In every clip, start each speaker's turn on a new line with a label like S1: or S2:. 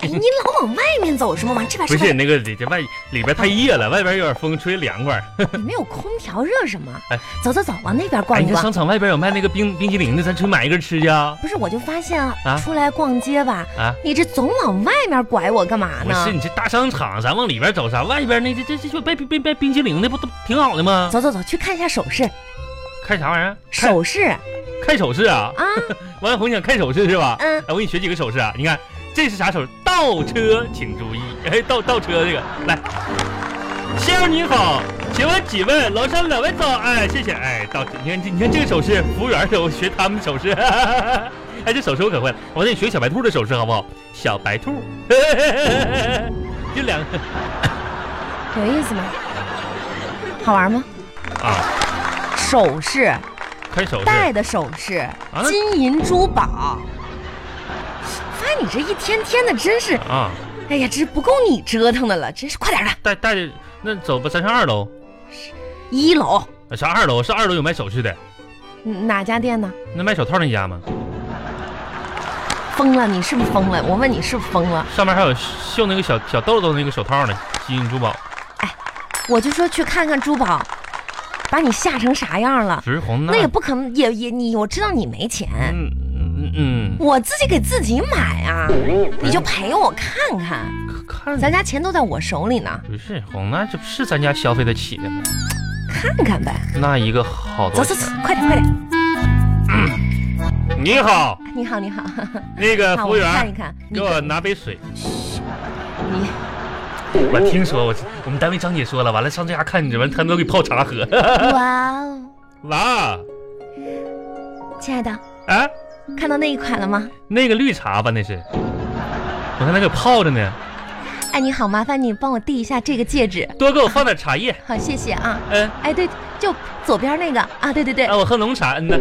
S1: 哎我是梦妈，这边
S2: 不
S1: 哎是
S2: 是
S1: 外
S2: 那个里这外里边太热了，外边有点风，吹凉快。
S1: 里面有空调热什么
S2: 哎？
S1: 走走走，往那边
S2: 哎，
S1: 逛一
S2: 你这
S1: 逛。
S2: 商场外边有卖那个冰冰激凌的，咱去买一根吃去啊！
S1: 不是，我就发现
S2: 啊
S1: 啊，出来逛街吧，
S2: 啊，
S1: 你这总往外面拐，我干嘛
S2: 不是
S1: 呢？
S2: 你这大商场，咱往里边走，啥外边那这这这就卖冰冰卖冰激凌的不都挺好的吗？
S1: 走走走，去看一下首饰，
S2: 看啥玩意儿？看
S1: 首饰
S2: 看首饰啊！
S1: 啊，
S2: 王小红你想看首饰是吧？
S1: 嗯，
S2: 哎，我给你学几个手势啊！你看，这是啥手势？倒车，请注意。 哎，倒倒车这个，来，先生您好，请问几位？楼上两位走。哎，谢谢。哎，倒车，你看这，你看这个手势，服务员儿我学他们手势。 哎，这手势我可会了，我得学小白兔的手势好不好？小白兔， 就两个
S1: 有意思吗？好玩吗？
S2: 啊，
S1: 首饰，
S2: 看手势。
S1: 戴的首饰，
S2: 那
S1: 金银珠宝。发现你这一天天的，真是，
S2: 啊，
S1: 哎呀，这不够你折腾的了，真是快点儿的，
S2: 带带着那走吧，咱上二楼。
S1: 一楼
S2: 上二楼，上二楼有卖首饰的，
S1: 嗯哪家店呢？
S2: 那卖手套那家吗？
S1: 疯了，你是不是疯了？我问你是不是疯了？
S2: 上面还有绣那个小小豆豆那个手套呢，金银珠宝。
S1: 我就说去看看珠宝，把你吓成啥样了？
S2: 不是红
S1: 那也不可能，也也你，我知道你没钱，
S2: 嗯嗯嗯
S1: 我自己给自己买啊，你就陪我看看，
S2: 嗯，看
S1: 咱家钱都在我手里呢，
S2: 不是红，那这不是咱家消费得起的吗？
S1: 看看呗。
S2: 那一个好
S1: 走
S2: 多
S1: 走。走，快点快点！
S2: 你好，
S1: 你好你好，
S2: 那个
S1: 好
S2: 哎服务
S1: 我看一
S2: 员，
S1: 看，你
S2: 给我拿杯水。
S1: 你
S2: 我听说我我们单位张姐说了，完了上这家看你，完了他们都给泡 茶喝。
S1: 哇哦，
S2: 哇，
S1: 亲爱的，
S2: 啊，
S1: 看到那一款了吗？
S2: 那个绿茶吧那是，我看那给泡着呢，
S1: 哎，你好，麻烦你帮我递一下这个戒指，
S2: 多给我放点茶叶。
S1: 好，谢谢啊。
S2: 嗯，
S1: 哎，对，就左边那个啊，对对对
S2: 啊，，我喝浓茶。嗯呐，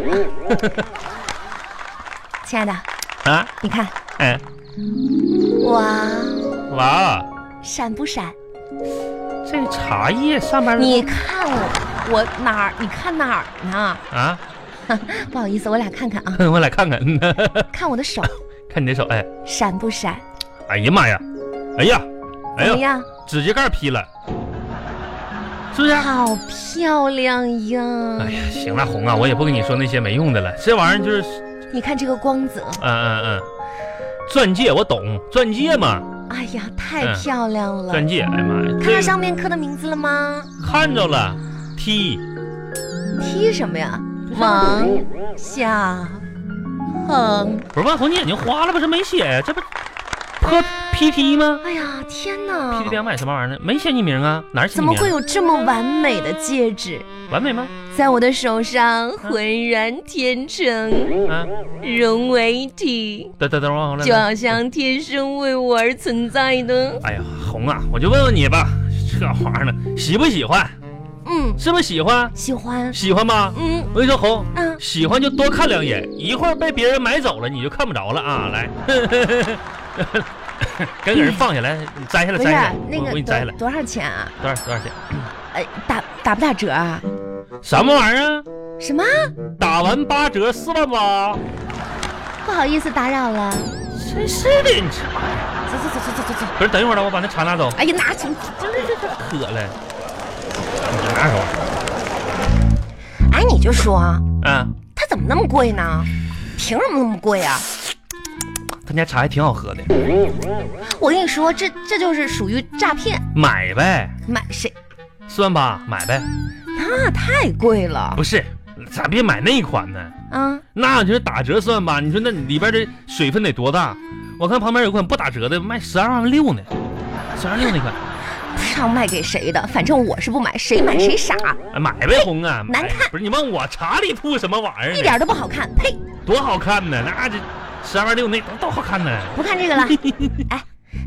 S1: 亲爱的，
S2: 啊，
S1: 你看，
S2: 哎，
S1: 哇，
S2: 哇，
S1: 闪不闪？
S2: 这茶叶上面
S1: 你看我，我哪儿？你看哪儿呢？
S2: 啊，
S1: 不好意思，我俩看看啊，
S2: 我来看看， 嗯呐
S1: 看我的手
S2: 看你这手，哎。
S1: 闪不闪？
S2: 哎呀妈呀！哎呀，哎
S1: 怎么
S2: 呀，
S1: 样？
S2: 指甲盖劈了，是不是？
S1: 好漂亮
S2: 哎
S1: 呀！
S2: 呀，行了，红啊，我也不跟你说那些没用的了。这玩意儿就是，
S1: 你看这个光泽，
S2: 嗯嗯嗯，钻戒我懂，钻戒嘛，
S1: 哎呀，太
S2: 嗯
S1: 漂亮了！
S2: 钻戒。哎呀妈呀，
S1: 看到
S2: 这
S1: 上面刻的名字了吗？
S2: 看着了，T，
S1: 踢什么呀？王小恒。
S2: 不是万红，你眼睛花了吧？这没写呀，这不破 PT 吗
S1: 哎呀，天
S2: ？PT
S1: 哪！
S2: 两百什么玩意儿呢？没写你名啊？哪儿写
S1: 怎
S2: 你
S1: 么
S2: 名？
S1: 会有这么完美的戒指
S2: 完美吗？
S1: 在我的手上浑然天成，
S2: 啊，
S1: 融为一体，
S2: 等等等会儿，万红来
S1: 就
S2: 来。
S1: 好像天生为我而存在的。
S2: 哎呀，红啊，我就问问你吧，这玩意儿呢，喜不喜欢？
S1: 嗯，
S2: 是不是喜欢？
S1: 喜欢。
S2: 喜欢吗？
S1: 嗯
S2: 我跟你说，红，
S1: 啊，
S2: 喜欢就多看两眼，一会儿被别人买走了，你就看不着了啊！来，赶紧给人放下来，你摘下来，
S1: 不是啊
S2: 摘下来，
S1: 那
S2: 我我给
S1: 个
S2: 你摘下来
S1: 多，多少钱啊？
S2: 多少多少钱？
S1: 呃，打打不打折啊？
S2: 什么玩意儿啊？
S1: 什么？
S2: 打完八折四万八？
S1: 不好意思打扰了。
S2: 真是的，你这玩意儿！
S1: 走走走走走走走。
S2: 不是，等一会儿呢，我把那茶拿走，
S1: 哎呀，拿什么？
S2: 渴了。你拿手
S1: 哎，你就说啊。
S2: 啊？
S1: 它怎么那么贵呢？凭什么那么贵啊？
S2: 他家茶还挺好喝的，
S1: 我跟你说，这这就是属于诈骗，
S2: 买呗，
S1: 买谁？
S2: 四万八买呗。
S1: 那太贵了
S2: 不是，咱别买那款呢。
S1: 啊！
S2: 那就是打折算吧？你说那里边的水分得多大？我看旁边有款不打折的卖十二万六呢，十二六那款，
S1: 不知道卖给谁的，反正我是不买，谁买谁傻，
S2: 哎买呗，红啊，买
S1: 难看
S2: 不是你往我茶里吐什么玩意儿呢？
S1: 一点都不好看。呸！
S2: 多好看呢，那这十二万六那多多好看呢。。
S1: 不看这个了。哎，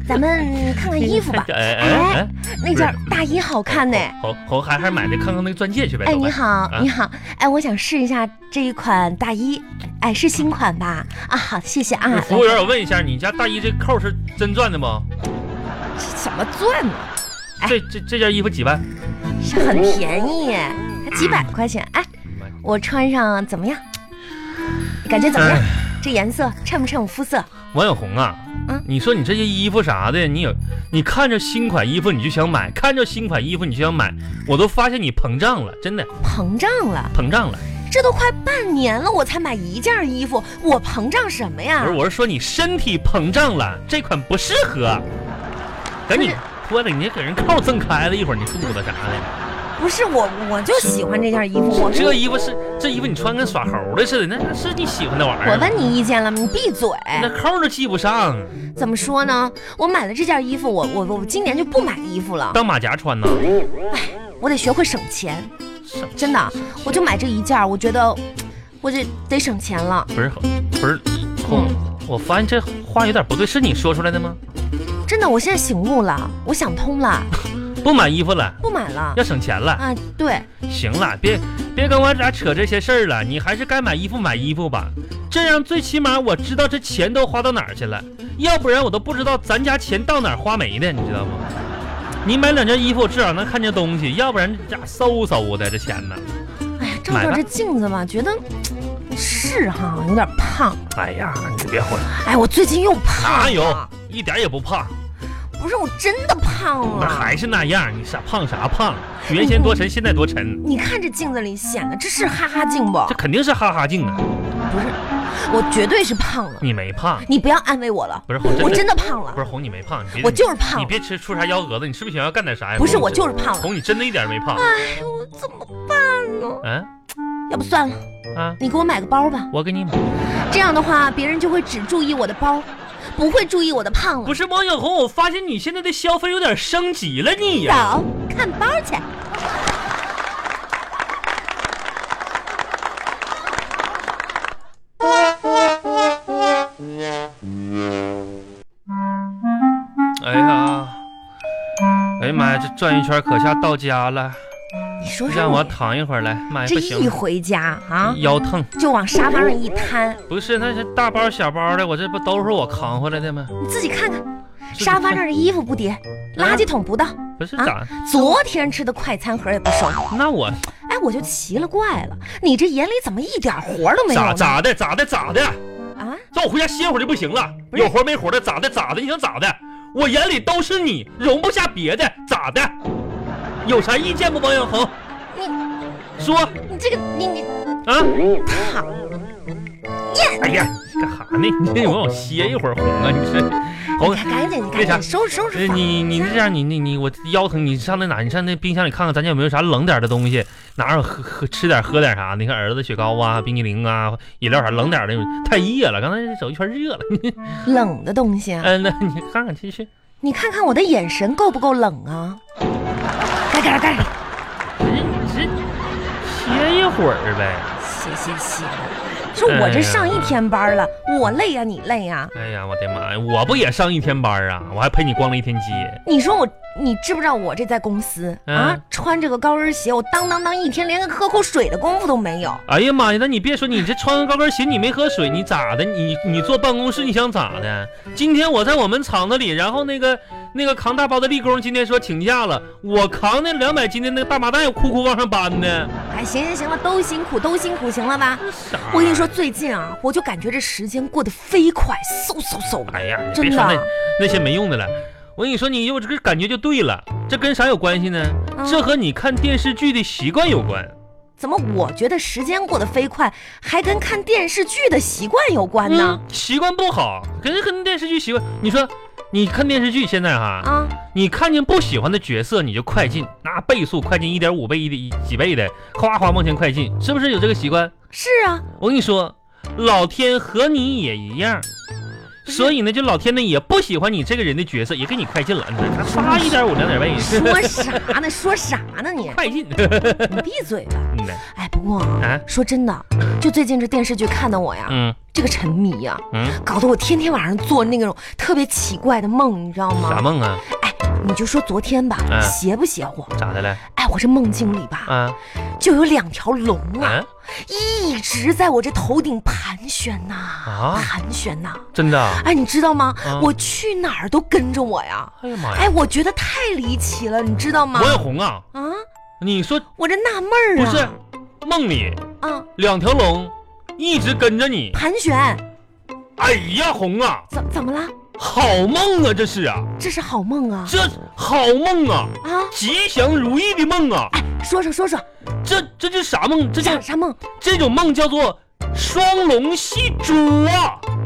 S1: 咱们看看衣服吧
S2: 哎哎哎，
S1: 那件大衣好看呢。
S2: 红红还还买那看看那个钻戒去呗。
S1: 哎，
S2: 走吧
S1: 你好，
S2: 啊
S1: 你好，哎，我想试一下这一款大衣，哎，是新款吧？啊，好，谢谢啊。
S2: 那服务员，我问一下，你家大衣这扣是真钻的吗？
S1: 来哎这怎么钻呢？哎
S2: 这这这件衣服几万？
S1: 是很便宜，才几百块钱。哎，我穿上怎么
S2: 哎
S1: 样？感觉怎么样？这颜色衬不衬我肤色？
S2: 王小红啊，
S1: 嗯
S2: 你说你这些衣服啥的，你有你看着新款衣服你就想买，看着新款衣服你就想买，我都发现你膨胀了，真的
S1: 膨胀了，
S2: 膨胀了。
S1: 这都快半年了，我才买一件衣服，我膨胀什么呀
S2: 不是，？我是说你身体膨胀了，这款不适合。等你脱了，你这给人扣挣开了，一会儿你肚子啥的。
S1: 不是我，我就喜欢这件衣服。我
S2: 这衣服是这衣服你穿跟耍猴的似的，那是你喜欢的玩意儿
S1: 我
S2: 吗。
S1: 问你意见了，你闭嘴。
S2: 那扣儿都系不上，
S1: 怎么说呢？我买了这件衣服，我我我今年就不买衣服了，
S2: 当马甲穿呢。
S1: 我得学会省钱。
S2: 是
S1: 真的，我就买这一件儿，我觉得我这得省钱了。
S2: 不是不是，我、
S1: 嗯
S2: 我发现这话有点不对，是你说出来的吗？
S1: 真的，我现在醒悟了，我想通了，
S2: 不买衣服了，
S1: 不买了。
S2: 要省钱了。
S1: 啊，对，
S2: 行了，别别跟我俩扯这些事儿了，你还是该买衣服买衣服吧。这样最起码我知道这钱都花到哪儿去了，要不然我都不知道咱家钱到哪儿花没的，你知道吗？你买两件衣服，至少能看见东西，要不然这家嗖嗖的这钱呢？
S1: 哎呀，照
S2: 买
S1: 照
S2: 吧
S1: 这镜子吧，觉得嗯是哈，有点胖。
S2: 哎呀，你别混，
S1: 哎，我最近又胖了。
S2: 哪有？一点也不胖，
S1: 不是，我真的胖
S2: 那
S1: 了。
S2: 还是那样，你啥胖啥胖，原先多沉，现在多沉，
S1: 你看这镜子里显的，这是哈哈镜不？
S2: 这肯定是哈哈镜啊！
S1: 不是，我绝对是胖了。
S2: 你没胖，
S1: 你不要安慰我了，
S2: 不是我真的
S1: 我真的胖
S2: 不
S1: 了，
S2: 是红，你没胖，你别
S1: 我就是胖
S2: 你
S1: 了。
S2: 别吃出啥幺蛾子，你是不是想要干点啥呀？
S1: 不是，
S2: 红
S1: 我就是胖了。
S2: 红，你真的一点没胖。
S1: 哎，我怎么办呢？
S2: 嗯
S1: 要不算了，
S2: 啊，
S1: 你给我买个包吧。
S2: 我给你买。
S1: 这样的话，别人就会只注意我的包，不会注意我的胖了
S2: 不。是王小红，我发现你现在的消费有点升级了，你呀。
S1: 走，看包去。
S2: 哎呀，哎呀妈呀，这转一圈可下到家了，
S1: 你说
S2: 让
S1: 说
S2: 我
S1: 你，
S2: 躺一会儿来。妈呀，
S1: 这
S2: 不
S1: 一
S2: 行，嗯
S1: 回家啊，
S2: 腰疼。
S1: 就往沙发上一瘫，
S2: 不是，那是大包小包的，我这不都是我扛回来的吗？
S1: 你自己看看，
S2: 是嗯
S1: 沙发上的衣服不叠，垃圾桶不倒，
S2: 不是
S1: 啊
S2: 咋？
S1: 昨天吃的快餐盒也不收。
S2: 那我
S1: 哎，我就奇了怪了，你这眼里怎么一点活都没有
S2: 咋
S1: 呢？
S2: 咋的咋的咋的？
S1: 啊，
S2: 让我回家歇会儿就不行了，
S1: 不是
S2: 有活没活的，咋的咋的？你想咋的？我眼里都是你，容不下别的，咋的？有啥意见不，王永红？
S1: 你
S2: 说
S1: 你这个你你
S2: 啊！
S1: 躺，
S2: 哎呀，你干啥呢？你这让我歇一会儿，红啊！你这红
S1: 你，赶赶紧你
S2: 那啥
S1: 赶紧收拾收
S2: 呃
S1: 拾吧。
S2: 你你这样，你你你，我腰疼，你上那哪？你上那冰箱里看看，咱家有没有啥冷点的东西，哪有喝喝吃点喝点啥？你看儿子雪糕啊、冰激凌啊、饮料啥冷点的，太热了，刚才走一圈热了。
S1: 冷的东西啊，
S2: 嗯，那你看看继续。
S1: 你看看我的眼神够不够冷啊？该干了干了，
S2: 你这歇一会儿呗。
S1: 歇歇歇。说我这上一天班了，我累呀、你累啊呀、
S2: 哎呀，我的妈呀！我不也上一天班啊？我还陪你逛了一天街。
S1: 你说我，你知不知道我这在公司啊
S2: 嗯，
S1: 穿着个高跟鞋，我当当当一天连个喝口水的功夫都没有。
S2: 哎呀妈呀！那你别说，你这穿个高跟鞋，你没喝水，你咋的？你你坐办公室，你想咋的？今天我在我们厂子里，然后那个那个扛大包的力工今天说请假了，我扛那两百斤的那个大麻袋，我哭哭往上搬呢。
S1: 哎，行行行了，都辛苦都辛苦，行了吧？
S2: 这啥？
S1: 我跟你说，，最近啊，我就感觉这时间过得飞快，嗖嗖嗖的。
S2: 哎呀，你
S1: 真
S2: 别
S1: 的啊
S2: 说那那些没用的了。我跟你说，你有这个感觉就对了，这跟啥有关系呢？
S1: 嗯
S2: 这和你看电视剧的习惯有关。
S1: 怎么我觉得时间过得飞快，还跟看电视剧的习惯有关呢？
S2: 嗯习惯不好，跟跟电视剧习惯。你说，你看电视剧现在哈，
S1: 啊，
S2: 你看见不喜欢的角色你就快进，拿倍速快进一点五倍、一一几倍的，哗哗往前快进，是不是有这个习惯？
S1: 是啊，
S2: 我跟你说，老天和你也一样。所以呢，就老天呢也不喜欢你这个人的角色，也给你快进了，你看哗一点五两点倍，
S1: 说啥呢？说啥呢你？
S2: 快 进。
S1: 你闭嘴吧！
S2: 嗯呐
S1: 哎，不过啊
S2: 啊，
S1: 说真的，就最近这电视剧看的我呀，
S2: 嗯
S1: 这个沉迷呀、
S2: 嗯，
S1: 搞得我天天晚上做那种特别奇怪的梦，你知道吗？
S2: 啥
S1: 哎
S2: 梦啊？
S1: 你就说昨天吧，
S2: 嗯
S1: 邪不邪乎？
S2: 咋的了？
S1: 哎，我这梦境里吧，
S2: 啊
S1: 就有两条龙啊，
S2: 啊
S1: 一直在我这头顶盘旋呐、
S2: 啊！
S1: 盘旋呐、
S2: 真的啊？
S1: 哎，你知道吗？
S2: 啊
S1: 我去哪儿都跟着我呀。
S2: 哎呀妈呀！
S1: 哎，我觉得太离奇了，你知道吗
S2: 王？小红啊，
S1: 啊，
S2: 你说
S1: 我这纳闷儿啊。
S2: 不是，梦里
S1: 啊，
S2: 两条龙一直跟着你。
S1: 盘旋，
S2: 哎呀，红啊，
S1: 怎怎么了？
S2: 好梦啊，这是啊，
S1: 这是好梦啊
S2: 这好梦啊，
S1: 啊！
S2: 吉祥如意的梦啊，
S1: 哎，说说说说，
S2: 这这这啥梦？这叫
S1: 啥啥梦？
S2: 这种梦叫做双龙戏珠啊！